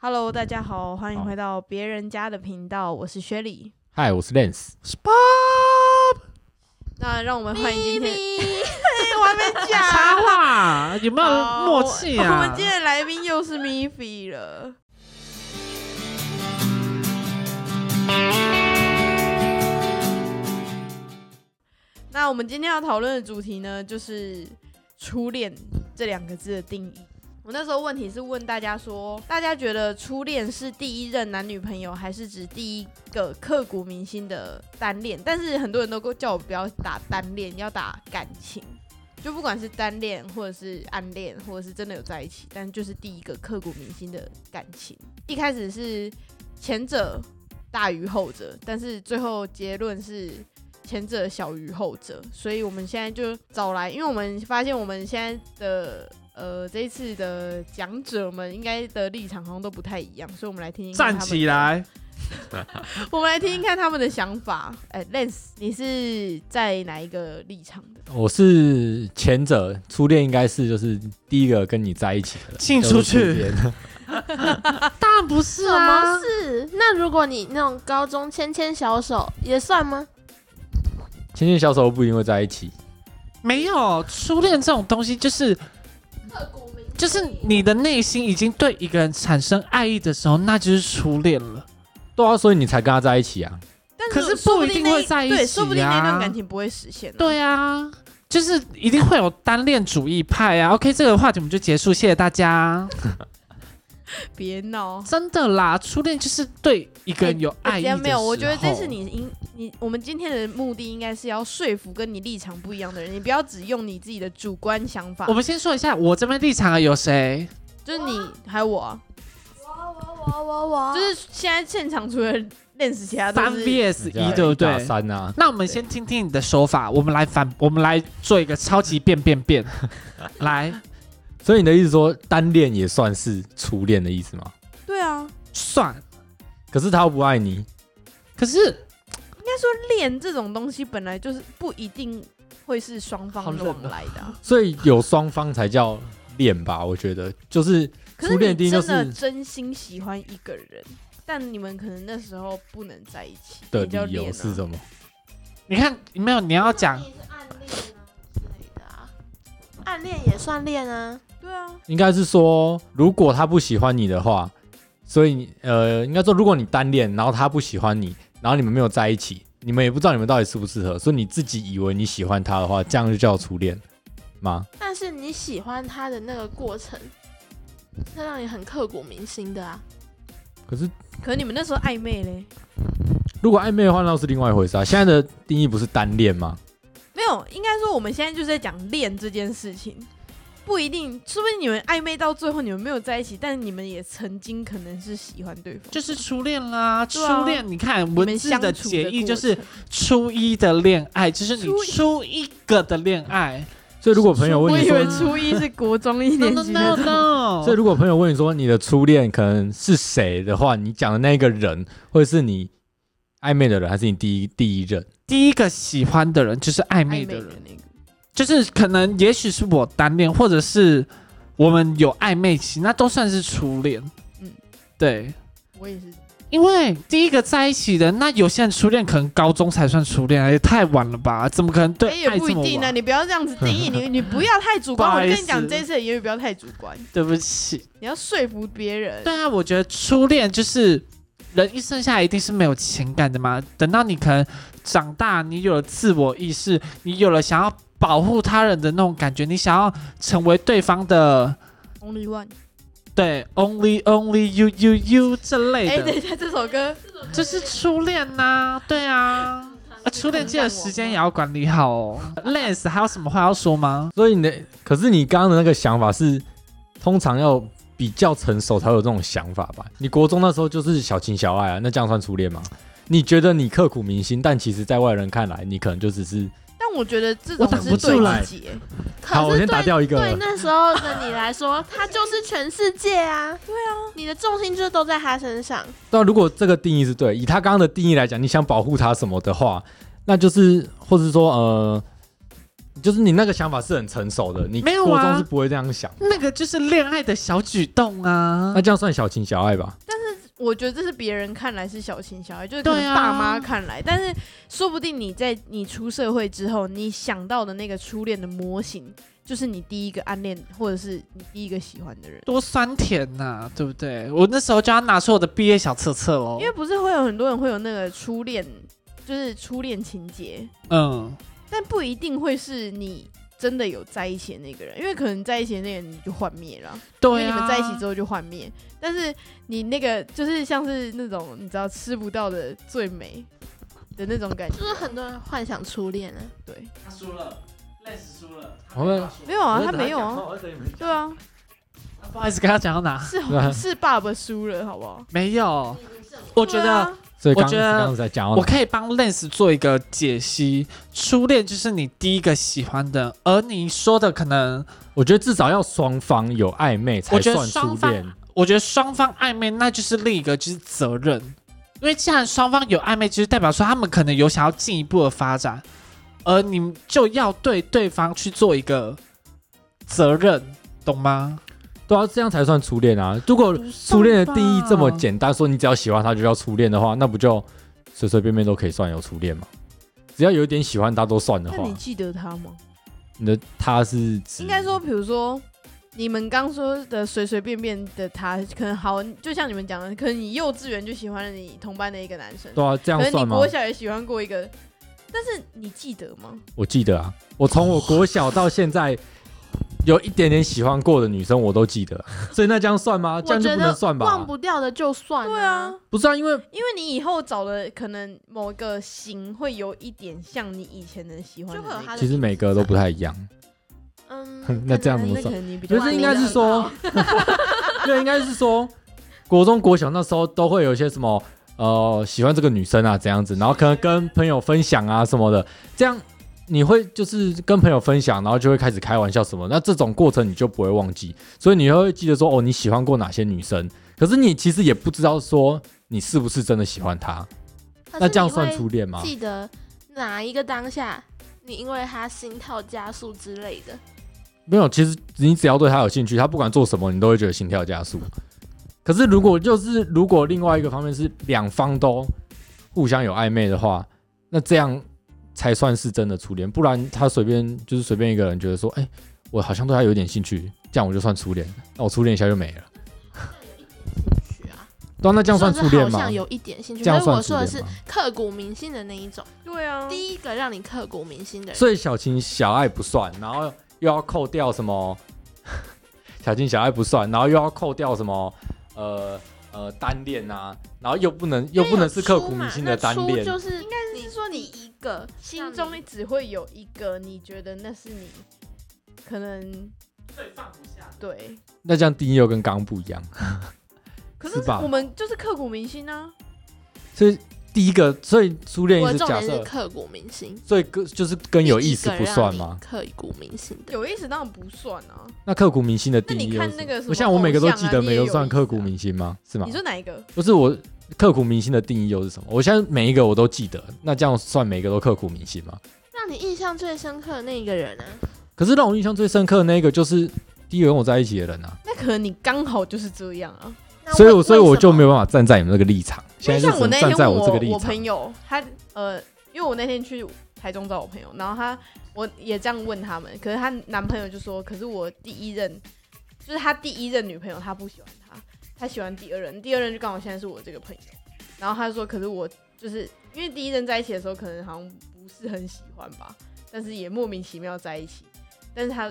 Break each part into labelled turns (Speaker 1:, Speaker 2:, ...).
Speaker 1: Hello，大家好，欢迎
Speaker 2: 好
Speaker 1: 回到别人家的频道，我是薛礼。
Speaker 2: 嗨，我是 Lens。
Speaker 1: 那让我们欢迎今天，
Speaker 3: 哔
Speaker 1: 我还 没讲，
Speaker 4: 插话，有没有
Speaker 1: 好
Speaker 4: 默契啊？
Speaker 1: 我我们今天的来宾又是 Miffy 了。那我们今天要讨论的主题呢，就是“初恋”这两个字的定义。我那时候问题是问大家说，大家觉得初恋是第一任男女朋友，还是指第一个刻骨铭心的单恋？但是很多人都跟我叫我不要打单恋，要打感情。就不管是单恋，或者是暗恋，或者是真的有在一起，但就是第一个刻骨铭心的感情。一开始是前者大于后者，但是最后结论是前者小于后者。所以我们现在就找来，因为我们发现我们现在的呃这一次的讲者们应该的立场好像都不太一样，所以我们来听听看他
Speaker 4: 站
Speaker 1: 们的
Speaker 4: 起来，
Speaker 1: 我们来听听看他们的想法。哎、l e n s 你是在哪一个立场的？
Speaker 2: 我是前者，初恋应该是就是第一个跟你在一起的人，
Speaker 4: 请出去
Speaker 2: 就是初恋
Speaker 3: 当然不是
Speaker 1: 啊
Speaker 3: 什么事？那如果你那种高中牵牵小手也算吗？
Speaker 2: 牵牵小手不一定会在一起，
Speaker 4: 没有初恋这种东西，就是
Speaker 3: 刻骨铭心
Speaker 4: 就是你的内心已经对一个人产生爱意的时候，那就是初恋了。
Speaker 2: 对啊，所以你才跟他在一起啊。
Speaker 1: 但
Speaker 4: 可是
Speaker 1: 说
Speaker 4: 不一
Speaker 1: 定
Speaker 4: 定
Speaker 1: 那
Speaker 4: 会在一起
Speaker 1: 对，说不定那段
Speaker 4: 呀
Speaker 1: 感情不会实现、啊。
Speaker 4: 对啊，就是一定会有单恋主义派啊。OK，这个话题我们就结束，谢谢大家。
Speaker 1: 别闹。
Speaker 4: 真的啦，初恋就是对一个人有爱意
Speaker 1: 今
Speaker 4: 的
Speaker 1: 天哎
Speaker 4: 时候。
Speaker 1: 没有，我觉得这是你应你我们今天的目的应该是要说服跟你立场不一样的人，你不要只用你自己的主观想法
Speaker 4: 我。们先说一下我这边立场啊，有谁？
Speaker 1: 就是你还有我啊、
Speaker 3: 我我我我
Speaker 1: 就是现在现场除了认识其他都
Speaker 4: 三
Speaker 1: 是
Speaker 4: VS 一，对不
Speaker 2: 打
Speaker 4: 对？
Speaker 2: 三啊，
Speaker 4: 那我们先听听你的手法，我们来反，我们来做一个超级变变变，来，
Speaker 2: 所以你的意思说单恋也算是初恋的意思吗？
Speaker 1: 对啊，
Speaker 4: 算。
Speaker 2: 可是他又不爱你，
Speaker 4: 可是
Speaker 1: 应该说恋这种东西本来就是不一定会是双方
Speaker 4: 好冷
Speaker 1: 往
Speaker 4: 哦
Speaker 1: 来的 啊、
Speaker 2: 所以有双方才叫恋吧？我觉得就是
Speaker 1: 可
Speaker 2: 初
Speaker 1: 你
Speaker 2: 恋第一就
Speaker 1: 真的
Speaker 2: 是
Speaker 1: 真心喜欢一个人，但你们可能那时候不能在一起，
Speaker 2: 的
Speaker 1: 也叫
Speaker 2: 理由
Speaker 1: 恋啊
Speaker 2: 是什么？
Speaker 4: 你看，没有你要讲
Speaker 3: 你是暗恋啊之类的啊，暗恋也算恋啊。
Speaker 1: 对啊，
Speaker 2: 应该是说，如果他不喜欢你的话，所以你呃，应该说，如果你单恋，然后他不喜欢你，然后你们没有在一起，你们也不知道你们到底适不适合，所以你自己以为你喜欢他的话，这样就叫初恋吗？
Speaker 3: 但是你喜欢他的那个过程，是让你很刻骨铭心的啊。
Speaker 2: 可是
Speaker 1: 可能你们那时候暧昧嘞。
Speaker 2: 如果暧昧的话，那是另外一回事啊。现在的定义不是单恋吗？
Speaker 1: 没有，应该说我们现在就是在讲恋这件事情，不一定，说不定你们暧昧到最后你们没有在一起，但你们也曾经可能是喜欢对方，
Speaker 4: 就是初恋啦，
Speaker 1: 对啊
Speaker 4: 初恋，你看
Speaker 1: 你
Speaker 4: 文
Speaker 1: 们
Speaker 4: 字
Speaker 1: 相处
Speaker 4: 的
Speaker 1: 的
Speaker 4: 解
Speaker 1: 过
Speaker 4: 义
Speaker 1: 程
Speaker 4: 就是初一的恋爱，就是你
Speaker 1: 初一
Speaker 4: 初一个的恋爱。
Speaker 2: 所以如果朋友问
Speaker 1: 我
Speaker 2: 你
Speaker 1: 以
Speaker 2: 说，
Speaker 1: 为初一是国中一
Speaker 4: No
Speaker 1: 年
Speaker 4: no
Speaker 1: 级的
Speaker 4: no，no，
Speaker 2: 所以如果朋友问你说你的初恋可能是谁的话，你讲的那个人，或者是你暧昧的人，还是你第一第一任？
Speaker 4: 第一个喜欢的人就是暧
Speaker 1: 暧
Speaker 4: 昧
Speaker 1: 昧
Speaker 4: 的
Speaker 1: 的
Speaker 4: 人，
Speaker 1: 那个。
Speaker 4: 就是可能也许是我单恋，或者是我们有暧昧期，那都算是初恋。
Speaker 1: 嗯
Speaker 4: 嗯，对。
Speaker 1: 我也是，
Speaker 4: 因为第一个在一起的，那有些人初恋可能高中才算初恋啊，也太晚了吧？怎么可能对
Speaker 1: 哎也
Speaker 4: 爱
Speaker 1: 不
Speaker 4: 这
Speaker 1: 一
Speaker 4: 么
Speaker 1: 定啊！
Speaker 4: 晚？
Speaker 1: 你不要这样子定义， 你你不要太主观。
Speaker 4: 不
Speaker 1: 我
Speaker 4: 好意思
Speaker 1: 跟你讲，这一次的言语不要太主观，
Speaker 4: 对不起，
Speaker 1: 你要说服别人。
Speaker 4: 对啊，我觉得初恋就是人一生下来一定是没有情感的嘛。等到你可能长大，你有了自我意识，你有了想要保护他人的那种感觉，你想要成为对方的
Speaker 1: Only one。
Speaker 4: 对 only only you you you 这类
Speaker 1: 哎，
Speaker 4: 的，
Speaker 1: 等一下，这首歌
Speaker 4: 这是初恋呐、对啊。啊初恋记得时间也要管理好哦。Lance 还有什么话要说吗？
Speaker 2: 所以你的，可是你刚刚的那个想法是，通常要比较成熟才有这种想法吧？你国中那时候就是小情小爱啊，那这样算初恋吗？你觉得你刻骨铭心，但其实在外人看来，你可能就只是
Speaker 1: 但我觉得这
Speaker 4: 我
Speaker 1: 种
Speaker 4: 挡
Speaker 1: 是
Speaker 4: 不住
Speaker 1: 对
Speaker 2: 了
Speaker 1: 自己欸，
Speaker 3: 可
Speaker 2: 好，我
Speaker 3: 是
Speaker 2: 先打
Speaker 3: 对
Speaker 2: 掉一
Speaker 3: 对
Speaker 2: 个。
Speaker 3: 那时候的你来说，他就是全世界啊。对啊，你的重心就是都在他身上。
Speaker 2: 那如果这个定义是对，以他刚刚的定义来讲，你想保护他什么的话，那就是，或是说，呃，就是你那个想法是很成熟的，你
Speaker 4: 没有啊
Speaker 2: 国中是不会这样想。
Speaker 4: 那个就是恋爱的小举动啊
Speaker 2: 那。这样算小情小爱吧？
Speaker 1: 我觉得这是别人看来是小情小爱，就是可
Speaker 4: 对
Speaker 1: 能
Speaker 4: 啊
Speaker 1: 爸妈看来，但是说不定你在你出社会之后，你想到的那个初恋的模型，就是你第一个暗恋或者是你第一个喜欢的人。
Speaker 4: 多酸甜呐、对不对？我那时候就要拿出我的毕业小册哦册喽
Speaker 1: 因。为不是会有很多人会有那个初恋，就是初恋情节，
Speaker 4: 嗯，
Speaker 1: 但不一定会是你真的有在一起的那个人，因为可能在一起的那个人你就幻灭了，
Speaker 4: 对
Speaker 1: 因
Speaker 4: 啊。
Speaker 1: 为你们在一起之后就幻灭。但是你那个就是像是那种你知道吃不到的最美的那种感觉，
Speaker 3: 就是很多人幻想初恋啊，
Speaker 1: 对，
Speaker 4: 他输了，累死输了。
Speaker 2: 他没话
Speaker 1: 没有啊，他没有啊，
Speaker 4: 哦
Speaker 2: 我在等你们
Speaker 1: 对啊，
Speaker 4: 不好意思，刚刚讲到哪？
Speaker 1: 是
Speaker 2: 对啊
Speaker 1: 是爸爸输了，好不好？
Speaker 4: 没有，我觉得、
Speaker 1: 对啊
Speaker 2: 所以刚
Speaker 4: 我觉得
Speaker 2: 刚刚才讲到
Speaker 4: 我
Speaker 2: 哪，
Speaker 4: 可以帮 Lens 做一个解析。初恋就是你第一个喜欢的，而你说的可能，
Speaker 2: 我觉得至少要双方有暧昧才
Speaker 4: 我觉
Speaker 2: 算
Speaker 4: 得
Speaker 2: 初
Speaker 4: 双方
Speaker 2: 恋。
Speaker 4: 我觉得双方暧昧，那就是另一个就是责任。因为既然双方有暧昧，就是代表说他们可能有想要进一步的发展，而你们就要对对方去做一个责任，懂吗？
Speaker 2: 对啊，这样才算初恋啊！如果初恋的定义这么简单，说你只要喜欢他就叫初恋的话，那不就随随便便都可以算有初恋吗？只要有一点喜欢他都算的
Speaker 1: 那
Speaker 2: 话
Speaker 1: 你，记得他吗？
Speaker 2: 你的他是指
Speaker 1: 应该说，比如说你们刚说的随随便便的他，可能好，就像你们讲的，可能你幼稚园就喜欢了你同班的一个男生，
Speaker 2: 对啊，这样
Speaker 1: 可能
Speaker 2: 算
Speaker 1: 你
Speaker 2: 吗？
Speaker 1: 国小也喜欢过一个，但是你记得吗？
Speaker 2: 我记得啊，我从我国小到现在有一点点喜欢过的女生我都记得， 所以那这样算吗？这
Speaker 3: 我
Speaker 2: 样就
Speaker 3: 觉
Speaker 2: 不能
Speaker 3: 得
Speaker 2: 算吧
Speaker 3: 忘？不掉的就算、
Speaker 1: 对啊，，
Speaker 2: 不是啊，因为
Speaker 1: 因为你以后找的可能某一个型会有一点像你以前的喜欢
Speaker 3: 就
Speaker 1: 的
Speaker 3: 会有他
Speaker 1: 那
Speaker 3: 的。
Speaker 2: 其实每个都不，太一样，
Speaker 3: 嗯
Speaker 2: 那这样
Speaker 1: 个，
Speaker 2: 怎么
Speaker 1: 那
Speaker 2: 算
Speaker 1: 可？能你比较
Speaker 2: 就
Speaker 3: 可
Speaker 2: 是
Speaker 3: 是
Speaker 2: 应
Speaker 3: 应
Speaker 2: 该
Speaker 3: 该
Speaker 2: 是
Speaker 3: 是
Speaker 2: 说
Speaker 3: 说，
Speaker 2: 对，应该是说，国中、国小那时候都会有一些什么呃喜欢这个女生啊这样子，然后可能跟朋友分享啊什么的，这样你会就是跟朋友分享，然后就会开始开玩笑什么，那这种过程你就不会忘记，所以你会记得说哦你喜欢过哪些女生，可是你其实也不知道说你是不是真的喜欢她，那这样算初恋吗？
Speaker 3: 记得哪一个当下，你因为他心跳加速之类的，
Speaker 2: 没有，其实你只要对他有兴趣，他不管做什么，你都会觉得心跳加速。可是如果就是如果另外一个方面是两方都互相有暧昧的话，那这样才算是真的初恋，不然他随便就是随便一个人觉得说，哎、我好像对他有点兴趣，这样我就算初恋，那我初恋一下就没了。
Speaker 3: 去啊，
Speaker 2: 对啊、那这
Speaker 3: 这
Speaker 2: 样算初恋
Speaker 3: 好
Speaker 2: 吗
Speaker 3: 像？有一点兴趣，
Speaker 2: 这样
Speaker 3: 但是
Speaker 2: 算
Speaker 3: 我
Speaker 2: 初
Speaker 3: 说的是
Speaker 2: 恋吗？
Speaker 3: 刻骨铭心的那一种，
Speaker 1: 对啊，
Speaker 3: 第一个让你刻骨铭心的人，
Speaker 2: 所以小情小爱不算，然后又要扣掉什么？ 小情小爱不算，然后又要扣掉什么？呃呃，单恋啊，然后又不能又不能是刻骨铭心的单
Speaker 3: 因为
Speaker 2: 恋
Speaker 3: 有初嘛那初，就是
Speaker 1: 应该
Speaker 3: 你
Speaker 1: 是说你
Speaker 3: 一个
Speaker 1: 心中只会有一个，你觉得那是你可能对。
Speaker 2: 那这样定义又跟刚刚不一样。
Speaker 1: 可
Speaker 2: 是
Speaker 1: 是
Speaker 2: 吧
Speaker 1: 我们就是刻骨铭心啊，
Speaker 2: 所以第一个，所以初恋
Speaker 3: 我
Speaker 2: 是
Speaker 3: 的重
Speaker 2: 假
Speaker 3: 点是
Speaker 2: 设，
Speaker 3: 刻骨铭心。
Speaker 2: 所以跟就是跟有意思不算吗？
Speaker 3: 刻骨铭心的，
Speaker 1: 有意思当然不算啊。
Speaker 2: 那刻骨铭心的定
Speaker 1: 那
Speaker 2: 义
Speaker 1: 你
Speaker 2: 又
Speaker 1: 看
Speaker 2: 是
Speaker 1: 那个什么
Speaker 2: 我像我每个都记
Speaker 1: 偶像
Speaker 2: 得，
Speaker 1: 啊
Speaker 2: 每
Speaker 1: 你也
Speaker 2: 个都算
Speaker 1: 有意思啊
Speaker 2: 刻骨铭心吗？是吗
Speaker 1: 你？说哪一个？
Speaker 2: 不是我刻骨铭心的定义又是什么？我现在每一个我都记得，那这样算每一个都刻骨铭心吗？
Speaker 3: 让你印象最深刻的那一个人啊，
Speaker 2: 可是让我印象最深刻的那一个就是第一个跟我在一起的人啊，
Speaker 1: 那可能你刚好就是这样啊。
Speaker 3: 那
Speaker 2: 所以
Speaker 3: 为
Speaker 2: 我所以我就没有
Speaker 3: 为
Speaker 2: 办法站在你们这个立场，
Speaker 1: 因
Speaker 2: 现
Speaker 1: 为
Speaker 2: 在就
Speaker 1: 像
Speaker 2: 只
Speaker 1: 我
Speaker 2: 能
Speaker 1: 那
Speaker 2: 站
Speaker 1: 天
Speaker 2: 在
Speaker 1: 问
Speaker 2: 我这个立
Speaker 1: 我
Speaker 2: 场。
Speaker 1: 朋友，他呃，因为我那天去台中找我朋友，然后他我也这样问他们，可是她男朋友就说，可是我第一任就是他第一任女朋友，他不喜欢他，他喜欢第二任，第二任就刚好现在是我这个朋友，然后他就说，可是我就是因为第一任在一起的时候，可能好像不是很喜欢吧，但是也莫名其妙在一起，但是他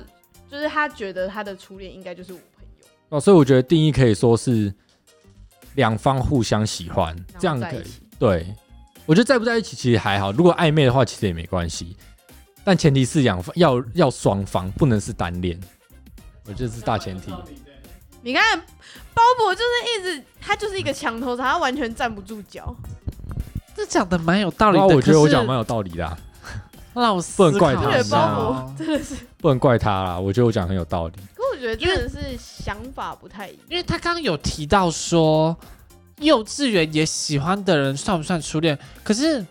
Speaker 1: 就是他觉得他的初恋应该就是我朋友，
Speaker 2: 哦，所以我觉得定义可以说是两方互相喜欢，这
Speaker 1: 然
Speaker 2: 样
Speaker 1: 后在
Speaker 2: 可
Speaker 1: 一
Speaker 2: 以。
Speaker 1: 起。
Speaker 2: 对，我觉得在不在一起其实还好，如果暧昧的话其实也没关系，但前提是两方要要双方，不能是单恋。我觉得这是大前提。
Speaker 1: 你看，鲍勃就是一直，他就是一个墙头草，他完全站不住脚。
Speaker 4: 这讲的蛮有道理
Speaker 2: 那
Speaker 4: 的。
Speaker 2: 我觉得我讲
Speaker 4: 嘛，
Speaker 2: 蛮有道理的啊、
Speaker 4: 让我
Speaker 2: 不
Speaker 4: 思
Speaker 2: 能怪
Speaker 4: 考
Speaker 2: 他
Speaker 4: 一
Speaker 1: 对，
Speaker 4: 下
Speaker 1: 鲍
Speaker 4: 哦
Speaker 1: 勃真的是，
Speaker 2: 不能怪他啦。我觉得我讲很有道理。
Speaker 1: 可我觉得真的是想法不太一样。
Speaker 4: 因为他刚刚有提到说，幼稚园也喜欢的人算不算初恋？可是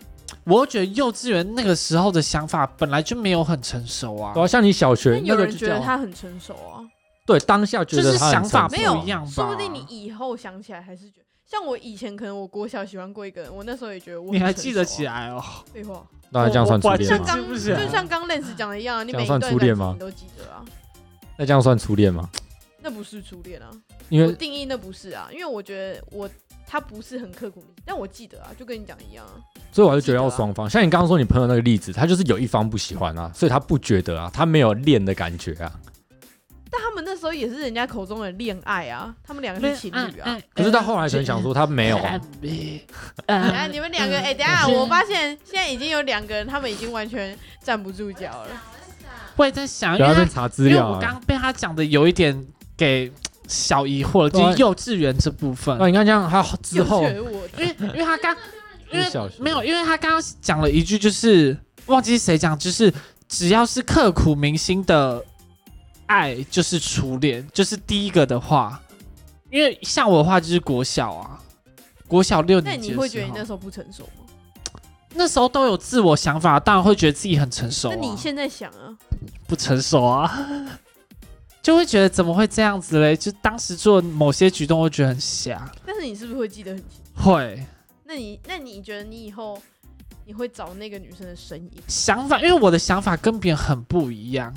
Speaker 4: 我又觉得幼稚园那个时候的想法本来就没有很成熟啊
Speaker 2: 对，啊，像你小
Speaker 1: 但
Speaker 2: 学那
Speaker 1: 有
Speaker 2: 个
Speaker 1: 人
Speaker 2: 就
Speaker 1: 觉
Speaker 2: 叫
Speaker 1: 得他很成熟啊，
Speaker 2: 对当下觉
Speaker 4: 就
Speaker 2: 得
Speaker 4: 是
Speaker 2: 他很
Speaker 4: 想法
Speaker 2: 成
Speaker 4: 不
Speaker 1: 没
Speaker 2: 熟
Speaker 1: 有
Speaker 4: 一样吧？
Speaker 1: 说不定你以后想起来还是觉得，像我以前可能我国小喜欢过一个人，我那时候也觉得我、
Speaker 4: 你还记得起？来哦？
Speaker 1: 啊废话，
Speaker 2: 那这样算初
Speaker 4: 我我
Speaker 2: 恋
Speaker 1: 像
Speaker 2: 吗？
Speaker 1: 刚
Speaker 4: 记不起来
Speaker 1: 就像刚认识讲的一样啊，你
Speaker 2: 这
Speaker 1: 每
Speaker 2: 样
Speaker 1: 一
Speaker 2: 算
Speaker 1: 段感
Speaker 2: 初恋
Speaker 1: 情
Speaker 2: 吗
Speaker 1: 你都记得啊，
Speaker 2: 那这样算初恋吗？
Speaker 1: 那不是初恋啊，
Speaker 2: 因
Speaker 1: 我
Speaker 2: 为
Speaker 1: 定义那不是啊，因为我觉得我他不是很刻骨铭心，但我记得啊，就跟你讲一样啊，
Speaker 2: 所以我就觉得要
Speaker 1: 记得啊
Speaker 2: 双方。像你刚刚说你朋友那个例子，他就是有一方不喜欢啊，所以他不觉得啊，他没有恋的感觉啊。
Speaker 1: 但他们那时候也是人家口中的恋爱啊，他们两个是情侣啊。
Speaker 4: 嗯
Speaker 2: 可是到后来可能想说他没有
Speaker 4: 哎
Speaker 2: 啊，
Speaker 4: 嗯呃
Speaker 1: 等一下你们两个，哎、等一下，我发现现在已经有两个人，他们已经完全站不住脚了。
Speaker 4: 我也在想， 因
Speaker 2: 然
Speaker 4: 为
Speaker 2: 后
Speaker 4: 他
Speaker 2: 在查资
Speaker 4: 因为
Speaker 2: 料
Speaker 4: 我刚
Speaker 2: 啊。
Speaker 4: 刚被他讲的有一点给小疑惑了，就
Speaker 2: 对啊
Speaker 4: 是幼稚园这部分
Speaker 2: 那，啊你看这样，他之后
Speaker 1: 又觉得我
Speaker 4: 因为因为他刚因
Speaker 2: 是
Speaker 4: 为
Speaker 2: 小学
Speaker 4: 没有，因为他刚刚讲了一句，就是忘记谁讲，就是只要是刻骨铭心的爱，就是初恋，就是第一个的话。因为像我的话就是国小啊，国小六
Speaker 1: 那
Speaker 4: 年级
Speaker 1: 你
Speaker 4: 的
Speaker 1: 会觉
Speaker 4: 时
Speaker 1: 得你
Speaker 4: 候
Speaker 1: 那时候不成熟吗？
Speaker 4: 那时候都有自我想法，当然会觉得自己很成熟、啊。
Speaker 1: 那你现在想啊，
Speaker 4: 不成熟啊，就会觉得怎么会这样子嘞？就当时做某些举动，会觉得很瞎。
Speaker 1: 但是你是不是会记得很清？
Speaker 4: 会
Speaker 1: 那你那你觉得你以后你会找那个女生的身影？
Speaker 4: 想法，因为我的想法跟别人很不一样，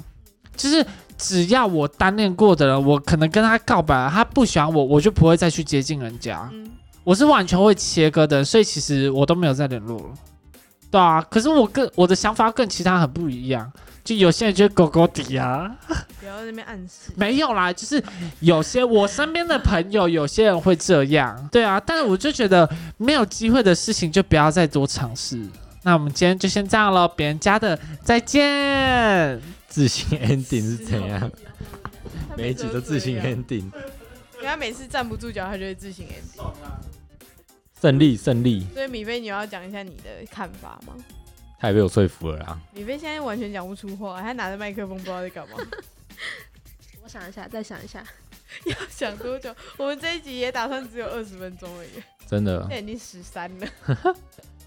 Speaker 4: 就是只要我单恋过的人，我可能跟他告白了，他不喜欢我，我就不会再去接近人家。
Speaker 1: 嗯，
Speaker 4: 我是完全会切割的，所以其实我都没有再联络了。对啊，可是我跟我的想法跟其他很不一样，就有些人觉得狗狗底啊。
Speaker 1: 不要在那边暗示。
Speaker 4: 没有啦，就是有些我身边的朋友，有些人会这样，对啊。但是我就觉得没有机会的事情就不要再多尝试。那我们今天就先这样喽，别人家的再见。
Speaker 2: 自 信 ending 是怎样？每一集都自信
Speaker 1: 他每次
Speaker 2: ending，
Speaker 1: 都这样因为他每次站不住脚，他就会自信 ending。
Speaker 2: 胜利胜利，
Speaker 1: 所以米菲，你要讲一下你的看法吗？
Speaker 2: 他也被我说服了啊啦。
Speaker 1: 米菲现在完全讲不出话，他拿着麦克风不知道在干嘛。
Speaker 3: 我想一下，再想一下。
Speaker 1: 要 想多久？我们这一集也打算只有二十分钟而已，
Speaker 2: 真的
Speaker 1: 现在已经十三了。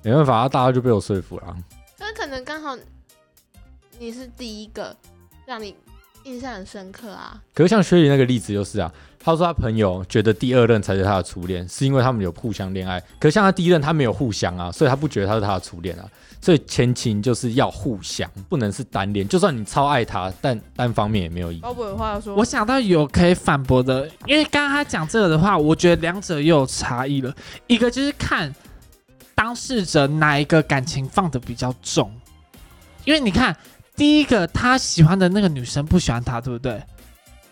Speaker 2: 没办法，大家就被我说服了啊。
Speaker 3: 但可能刚好你是第一个让你印象很深刻啊。
Speaker 2: 可是像薛礼那个例子就是啊，他说他朋友觉得第二任才是他的初恋，是因为他们有互相恋爱。可是像他第一任他没有互相啊，所以他不觉得他是他的初恋啊。所以前情就是要互相，不能是单恋。就算你超爱他，但单方面也没有意义。
Speaker 4: 哦
Speaker 1: 包博的话说，
Speaker 4: 我想到有可以反驳的，因为刚刚他讲这个的话，我觉得两者又有差异了。一个就是看当事者哪一个感情放的比较重，因为你看第一个他喜欢的那个女生不喜欢他，对不对？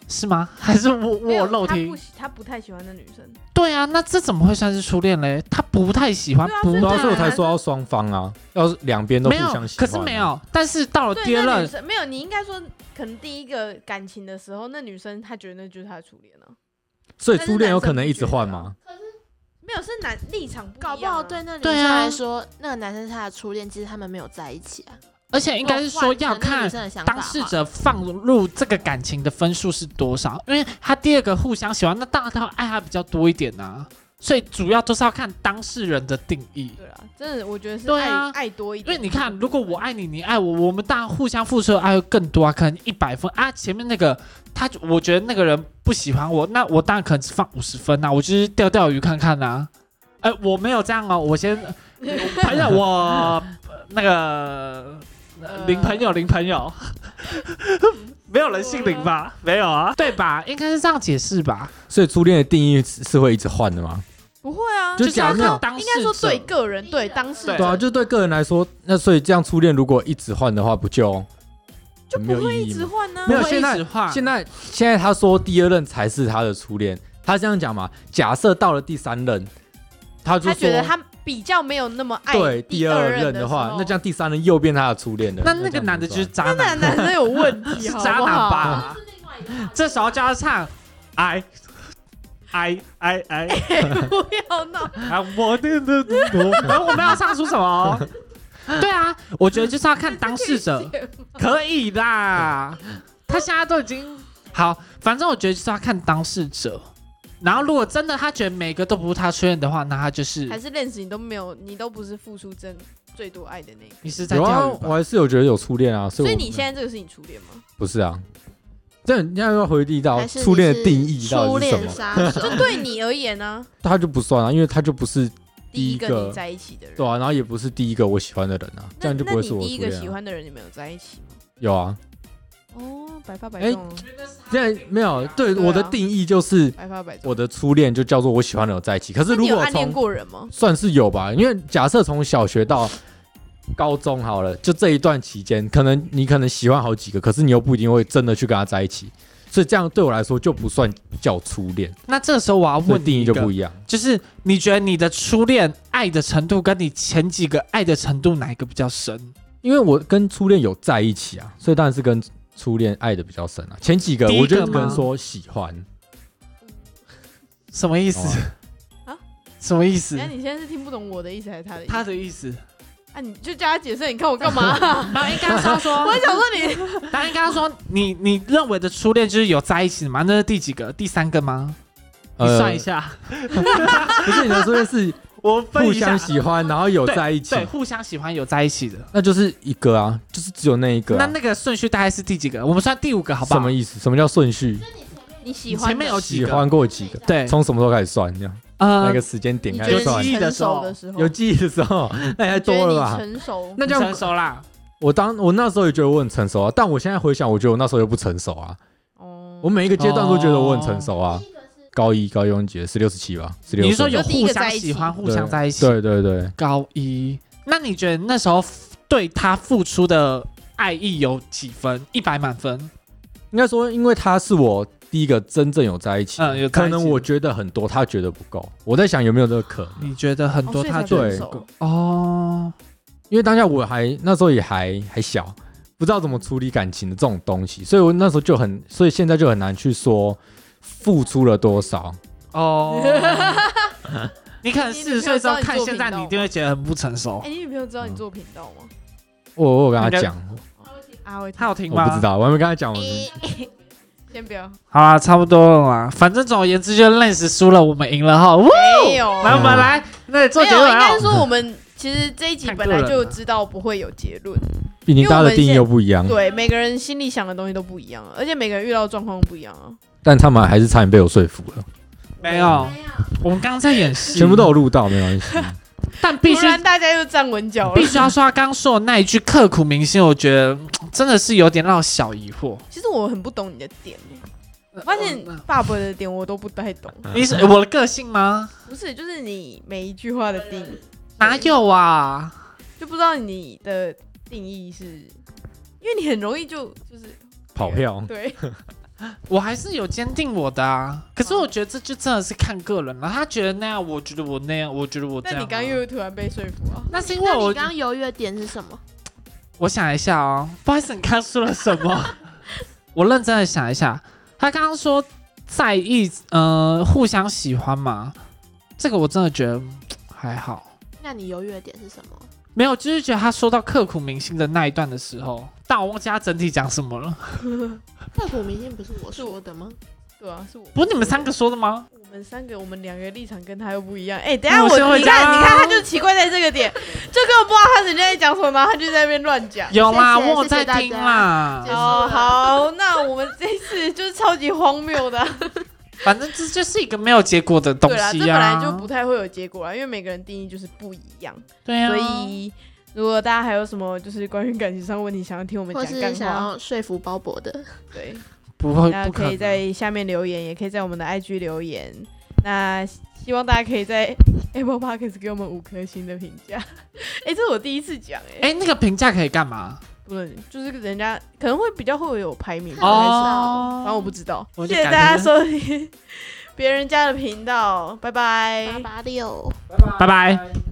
Speaker 4: 是吗？还是我
Speaker 1: 没有
Speaker 4: 我漏
Speaker 1: 他不
Speaker 4: 听？
Speaker 1: 喜他不太喜欢那女生，
Speaker 4: 对啊，那这怎么会算是初恋嘞？他不太喜欢，
Speaker 1: 对啊
Speaker 4: 不
Speaker 1: 所以
Speaker 2: 对啊，
Speaker 1: 他
Speaker 2: 所以我才说要双方啊，要是两边都互
Speaker 4: 没有
Speaker 2: 相，喜
Speaker 4: 可
Speaker 2: 欢、啊
Speaker 4: 是没，有。但是到了
Speaker 1: 对
Speaker 4: 第二
Speaker 1: 那女
Speaker 4: 任，
Speaker 1: 生没有，你应该说可能第一个感情的时候，那女生她觉得那就是她的初恋啊呢。
Speaker 2: 所以初恋有可能一直换吗？
Speaker 1: 没有，是男立场不一样啊
Speaker 3: 搞不好对那女
Speaker 4: 对
Speaker 3: 生
Speaker 4: 啊
Speaker 3: 来说，那个男生是她的初恋，其实他们没有在一起啊。
Speaker 4: 而且应该是说要看
Speaker 3: 如果换成那个女生的想法的
Speaker 4: 当
Speaker 3: 话
Speaker 4: 事者放入这个感情的分数是多少？因为他第二个互相喜欢，那当然他会爱他比较多一点呐、所以主要都是要看当事人的定义。
Speaker 1: 对啦，真的我觉得是
Speaker 4: 对
Speaker 1: 爱、
Speaker 4: 啊
Speaker 1: 爱多一
Speaker 4: 因
Speaker 1: 点。
Speaker 4: 为你看，如果我爱你，你爱我，我们当然互相付出的爱会更多啊，可能一百分啊。前面那个他，我觉得那个人不喜欢我，那我当然可能只放五十分呐、啊我就是钓钓鱼看看呐、哎、我没有这样哦，我先朋友， 我呃那个
Speaker 1: 呃
Speaker 4: 零朋友，零朋友，没有人姓林吧？没有啊，对吧？应该是这样解释吧？
Speaker 2: 所以初恋的定义是是会一直换的吗？
Speaker 1: 不会啊，
Speaker 2: 就
Speaker 4: 就是要
Speaker 2: 假设
Speaker 4: 看当事
Speaker 1: 应该说对
Speaker 4: 者
Speaker 1: 个人对当事
Speaker 4: 对
Speaker 1: 者
Speaker 2: 对啊，就对个人来说，那所以这样初恋如果一直换的话，不就
Speaker 1: 就
Speaker 2: 没有
Speaker 1: 不会
Speaker 2: 意义
Speaker 1: 一直
Speaker 2: 吗
Speaker 1: 换呢、
Speaker 2: 没有
Speaker 4: 不会
Speaker 2: 现在
Speaker 4: 一直换
Speaker 2: 现在现在他说第二任才是他的初恋，他这样讲嘛？假设到了第三任，他就
Speaker 1: 他觉
Speaker 2: 说
Speaker 1: 得他比较没有那么爱
Speaker 2: 对
Speaker 1: 第
Speaker 2: 二
Speaker 1: 任
Speaker 2: 任
Speaker 1: 的
Speaker 2: 话
Speaker 1: 时，候
Speaker 2: 那这样第三任又变他的初恋了。
Speaker 4: 那那
Speaker 2: 这
Speaker 4: 个
Speaker 2: 样
Speaker 4: 男的
Speaker 2: 怎
Speaker 4: 就
Speaker 2: 么
Speaker 4: 是
Speaker 2: 办
Speaker 4: 渣
Speaker 1: 那
Speaker 4: 男，
Speaker 1: 男生有问题，
Speaker 4: 是
Speaker 1: 好不好
Speaker 4: 渣男吧？这时候叫他唱 I I I I，
Speaker 1: 不要闹，
Speaker 4: 啊，我的的我我们要唱出什 么？对啊，我觉得就是要看当事 者，可以 啦。他现在都已经好，反正我觉得就是要看当事者。然后如果真的他觉得每个都不是他初恋的话，那他就是
Speaker 1: 还是认识你都没有，你都不是付出真最多爱的那个。
Speaker 4: 你是在
Speaker 2: 有啊
Speaker 4: 钓，鱼
Speaker 2: 我
Speaker 4: 吧？
Speaker 2: 还是有觉得有初恋啊，所
Speaker 1: 所
Speaker 2: 以
Speaker 1: 以
Speaker 2: 我
Speaker 1: 你现在这个是你初恋吗？
Speaker 2: 不是啊？但人家要回忆到
Speaker 3: 还是你
Speaker 2: 初恋的
Speaker 3: 是
Speaker 2: 定义到
Speaker 3: 初
Speaker 2: 底是什
Speaker 3: 恋啊
Speaker 2: 么，
Speaker 3: 杀手，
Speaker 1: 就对你而言呢、
Speaker 2: 他就不算啊，因为他就不是
Speaker 1: 第一
Speaker 2: 第一
Speaker 1: 个
Speaker 2: 个
Speaker 1: 你在一起的人，
Speaker 2: 对啊，然后也不是第一个我喜欢的人啊，这
Speaker 1: 那
Speaker 2: 样就不
Speaker 1: 那
Speaker 2: 会
Speaker 1: 你
Speaker 2: 是我
Speaker 1: 第一
Speaker 2: 初
Speaker 1: 个
Speaker 2: 恋
Speaker 1: 喜
Speaker 2: 啊。
Speaker 1: 欢的人，你们有在一起吗？
Speaker 2: 有啊，
Speaker 1: 哦，百发百
Speaker 2: 哎
Speaker 1: 中啊，
Speaker 2: 现在没有对
Speaker 1: 对啊
Speaker 2: 我的定义就是
Speaker 1: 百发百中。
Speaker 2: 我的初恋就叫做我喜欢的人在一起。可是
Speaker 1: 那
Speaker 2: 如
Speaker 1: 你有
Speaker 2: 果
Speaker 1: 暗恋
Speaker 2: 从
Speaker 1: 过人吗？
Speaker 2: 算是有吧，因为假设从小学到高中好了，就这一段期间，可能你可能喜欢好几个，可是你又不一定会真的去跟他在一起，所以这样对我来说就不算叫初恋，
Speaker 4: 那这个时候我要
Speaker 2: 所以
Speaker 4: 问
Speaker 2: 定
Speaker 4: 你
Speaker 2: 义
Speaker 4: 一
Speaker 2: 就
Speaker 4: 个，
Speaker 2: 不一样。
Speaker 4: 就是你觉得你的初恋爱的程度跟你前几个爱的程度哪一个比较深？
Speaker 2: 因为我跟初恋有在一起啊，所以当然是跟初恋爱的比较深啊。前几个
Speaker 4: 第一个
Speaker 2: 我就只能
Speaker 4: 吗
Speaker 2: 说喜欢，
Speaker 4: 什么意思？
Speaker 2: 哦
Speaker 1: 啊
Speaker 4: 什么意思
Speaker 1: 那？你现在是听不懂我的意思还是他的意思？
Speaker 4: 他的意思，
Speaker 1: 啊，你就叫他解释，你看我干嘛？
Speaker 4: 那应该是要说，
Speaker 1: 我还想说你
Speaker 4: 那应该说你你认为的初恋就是有在一起的吗？那是第几个？第三个吗？ 你算一下，
Speaker 2: 哦呃，不是你的初恋是
Speaker 4: 我
Speaker 2: 互
Speaker 4: 分一下
Speaker 2: 相喜欢，然后有在一起
Speaker 4: 对，，互相喜欢有在一起的。
Speaker 2: 那就是一个啊，就是只有那一个、
Speaker 4: 那
Speaker 2: 啊。
Speaker 4: 那个顺序大概是第几个？我们算第五个，好不
Speaker 2: 什
Speaker 4: 好？
Speaker 2: 么意思？什么叫顺序？
Speaker 1: 你喜
Speaker 4: 你
Speaker 1: 欢
Speaker 4: 前面有几
Speaker 2: 喜
Speaker 4: 个？
Speaker 2: 欢过几个？
Speaker 4: 对，
Speaker 2: 从什么时候开始算？这样
Speaker 4: 呃
Speaker 2: 那个时间点
Speaker 1: 你
Speaker 2: 开
Speaker 1: 觉得
Speaker 2: 始算
Speaker 1: 你？成熟的时候，
Speaker 2: 有记忆的时候，那也太
Speaker 1: 你觉得
Speaker 2: 多了
Speaker 1: 你
Speaker 2: 吧？
Speaker 1: 成熟，
Speaker 2: 那这
Speaker 4: 成
Speaker 2: 样，
Speaker 4: 熟啦。
Speaker 2: 我当我那时候也觉得我很成熟啊，但我现在回想，我觉得我那时候又不成熟啊。
Speaker 1: 哦
Speaker 2: 我每一个阶段都觉得我很成熟啊。高一、高一忘记十六、十七吧，十六。
Speaker 4: 你是说有
Speaker 1: 就第一
Speaker 4: 互
Speaker 1: 个
Speaker 4: 相
Speaker 1: 在一起
Speaker 4: 喜欢、互相在一起？
Speaker 2: 对对对，
Speaker 4: 高一，那你觉得那时候对他付出的爱意有几分？一百满分？
Speaker 2: 应该说，因为他是我第一个真正有在一起的，
Speaker 4: 嗯有在一
Speaker 2: 可
Speaker 4: 起
Speaker 2: 能我觉得很多，他觉得不够。我在想有没有这个可能。
Speaker 4: 你觉得很
Speaker 1: 哦
Speaker 4: 多
Speaker 1: 所以
Speaker 4: 他
Speaker 1: 才
Speaker 4: 觉得
Speaker 1: 分手
Speaker 4: 不够哦，
Speaker 2: 因为当下我还那时候也还还小，不知道怎么处理感情的这种东西，所以我那时候就很，所以现在就很难去说付出了多少。
Speaker 4: 哦，你可能
Speaker 1: 你
Speaker 4: 四十岁之后
Speaker 1: 你
Speaker 4: 看
Speaker 1: 知道你做
Speaker 4: 现在，
Speaker 1: 频道
Speaker 4: 你一定会觉得很不成熟
Speaker 1: 哎，。你女朋友知道你做频道吗？
Speaker 2: 我我有跟他
Speaker 4: 应该
Speaker 2: 讲，
Speaker 1: 啊，我
Speaker 4: 他有听
Speaker 2: 我
Speaker 4: 吗？
Speaker 2: 不知道，我还没跟他讲。我
Speaker 1: 先不要，
Speaker 4: 好啦，差不多了啦。反正总而言之，就认识输了，我们赢了哈。呜
Speaker 1: 没有，
Speaker 4: 来，我们来，那做
Speaker 1: 没
Speaker 4: 结尾
Speaker 1: 有，应
Speaker 4: 哦
Speaker 1: 该。说我们其实这一集本来就知道不会有结论，
Speaker 2: 毕竟大家的定义又不一
Speaker 4: 嗯
Speaker 2: 样，
Speaker 1: 对，每个人心里想的东西都不一样，啊而且每个人遇到的状况不一样啊。
Speaker 2: 但他们还是差点被我说服了。
Speaker 4: 没有，我们刚刚在演戏，
Speaker 2: 全部都有录到，没关系。
Speaker 4: 但必
Speaker 1: 突
Speaker 4: 须
Speaker 1: 然大家又站稳脚了
Speaker 4: 必。须要说，他刚说的那一句刻骨铭心，我觉得嗯真的是有点让我小疑惑。
Speaker 1: 其实我很不懂你的点欸，我发现
Speaker 4: 呃
Speaker 1: 爸爸的点我都不太懂。
Speaker 4: 你是我的个性吗？
Speaker 1: 不是，就是你每一句话的定义，
Speaker 4: 哪有啊？
Speaker 1: 就不知道你的定义是，因为你很容易就就是
Speaker 2: 跑票，
Speaker 4: 嗯
Speaker 1: 对，
Speaker 4: 我还是有坚定我的啊。可是我觉得这就真的是看个人了。他觉得那样，我觉得我那样，我觉得我这
Speaker 1: 但
Speaker 4: 样啊。
Speaker 1: 你刚又突然被说服啊，
Speaker 4: 那是因
Speaker 3: 那
Speaker 4: 为
Speaker 3: 你
Speaker 4: 我
Speaker 3: 刚刚犹豫的点是什么？
Speaker 4: 我想一下哦，不好意思，你看说了什么？我认真的想一下，他刚刚说在意，呃，互相喜欢嘛，这个我真的觉得嗯还好，
Speaker 3: 那你犹豫的点是什么？
Speaker 4: 没有，就是觉得他说到刻骨铭心的那一段的时候，但我忘记他整体讲什么了。
Speaker 3: 刻骨铭心不是我说的吗？
Speaker 1: 对啊，是我
Speaker 4: 不是你们三个说的吗？
Speaker 1: 我们三个，我们两个立场跟他又不一样。哎、等一下
Speaker 4: 那
Speaker 1: 我
Speaker 4: 我先回
Speaker 1: 你
Speaker 4: 家
Speaker 1: 看
Speaker 4: 啊
Speaker 1: 你看他就奇怪在这个 点，就根本不知道他人家在讲什么，然后他就在那边乱讲。
Speaker 4: 有啦，
Speaker 3: 谢谢
Speaker 4: 我有在
Speaker 3: 谢谢大
Speaker 4: 听
Speaker 3: 家
Speaker 4: 啦
Speaker 3: 谢。谢
Speaker 1: 哦，好，那我们这一次就是超级荒谬 的啊、
Speaker 4: 反正这就是一个没有结果的东
Speaker 1: 对啦，这
Speaker 4: 西啊
Speaker 1: 本来
Speaker 4: 呀、
Speaker 1: 就不太会有结果啦，因为每个人定义就是不一样，
Speaker 4: 对啊，
Speaker 1: 所以。如果大家还有什么就是关于感情上的问题，想要听我们
Speaker 3: 或
Speaker 1: 讲
Speaker 3: 是
Speaker 1: 干
Speaker 3: 想
Speaker 1: 话，
Speaker 3: 要说服鲍勃的？
Speaker 1: 对，
Speaker 4: 不会
Speaker 1: 那
Speaker 4: 嗯不
Speaker 1: 可以
Speaker 4: 能
Speaker 1: 在下面留言，也可以在我们的 IG 留言。那希望大家可以在 Apple Podcast 给我们五颗星的评价。哎、这是我第一次讲哎、
Speaker 4: 哎、那个评价可以干嘛？
Speaker 1: 不能就是人家可能会比较会有排名吧，
Speaker 4: 哦
Speaker 1: 还是反正我不知道。
Speaker 4: 我
Speaker 1: 谢
Speaker 4: 就
Speaker 1: 谢
Speaker 4: 感
Speaker 1: 大家
Speaker 4: 觉是
Speaker 1: 收 听别人家的频道，拜拜
Speaker 3: 哎八八六。
Speaker 4: 拜拜。